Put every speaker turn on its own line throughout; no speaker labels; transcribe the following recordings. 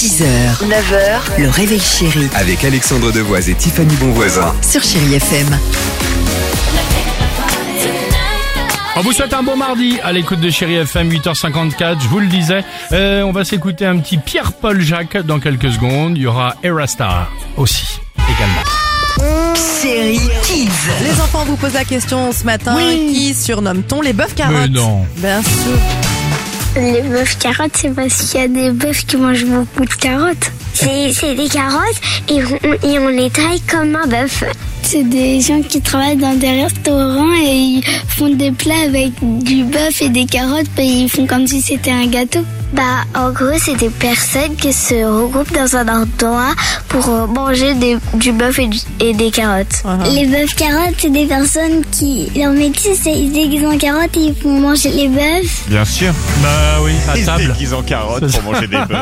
6h, 9h, le réveil chéri
Avec Alexandre Devoise et Tiffany Bonvoisin.
sur Chérie FM.
On vous souhaite un bon mardi à l'écoute de Chéri FM 8h54, je vous le disais. Euh, on va s'écouter un petit Pierre-Paul Jacques dans quelques secondes. Il y aura Erastar aussi, également.
Chérie Kids.
Les enfants vous posent la question ce matin qui surnomme-t-on les bœufs
Mais
carottes
non.
Bien sûr.
Les bœufs carottes, c'est parce qu'il y a des bœufs qui mangent beaucoup de carottes. C'est c'est des carottes et on, et on les taille comme un bœuf. C'est des gens qui travaillent dans des restaurants et ils font des plats avec du bœuf et des carottes et ils font comme si c'était un gâteau. Bah, en gros, c'est des personnes qui se regroupent dans un endroit pour euh, manger des- du bœuf et, du- et des carottes. Les bœufs carottes, c'est des personnes qui, leur métier, c'est ils déguisent en carottes et ils font manger les bœufs.
Bien sûr.
Bah oui, à
Ils se
table.
déguisent en carottes pour manger des bœufs.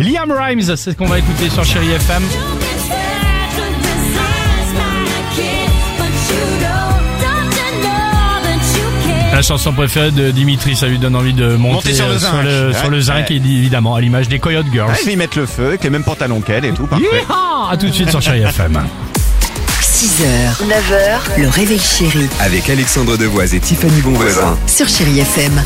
Liam Rimes, c'est ce qu'on va écouter sur Chéri FM.
You can try to disguise my kid, but you don't. Don't you know that you can?
La chanson préférée de Dimitri, ça lui donne envie de monter,
Monter sur le
euh, sur
zinc.
le,
Ouais.
sur le zinc, et évidemment, à l'image des Coyote Girls.
Ah, ils y mettent le feu avec les mêmes pantalons qu'elle et tout, parfait.
Yeehaw à tout de suite sur Chéri FM.
6h, 9h, le réveil chéri
Avec Alexandre Devoise et Tiffany Bonvoisin.
sur Chérie FM.